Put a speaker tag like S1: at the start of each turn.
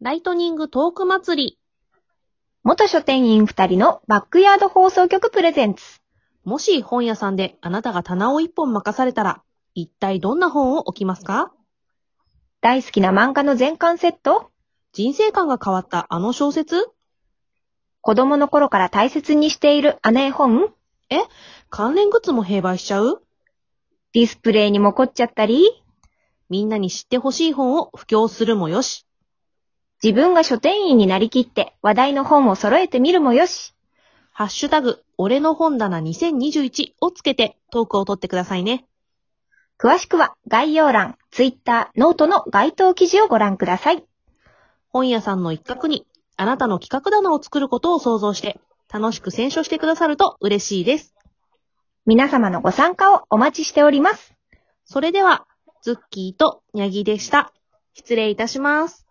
S1: ライトニングトーク祭り。
S2: 元書店員二人のバックヤード放送局プレゼンツ。
S1: もし本屋さんであなたが棚を一本任されたら、一体どんな本を置きますか
S2: 大好きな漫画の全巻セット
S1: 人生観が変わったあの小説
S2: 子供の頃から大切にしているあの絵本
S1: 関連グッズも併売しちゃう
S2: ディスプレイにも凝っちゃったり
S1: みんなに知ってほしい本を布教するもよし。
S2: 自分が書店員になりきって話題の本を揃えてみるもよし。
S1: ハッシュタグ、俺の本棚2021をつけてトークを取ってくださいね。
S2: 詳しくは概要欄、ツイッター、ノートの該当記事をご覧ください。
S1: 本屋さんの一角に、あなたの企画棚を作ることを想像して、楽しく選書してくださると嬉しいです。
S2: 皆様のご参加をお待ちしております。
S1: それでは、ズッキーとニャギでした。失礼いたします。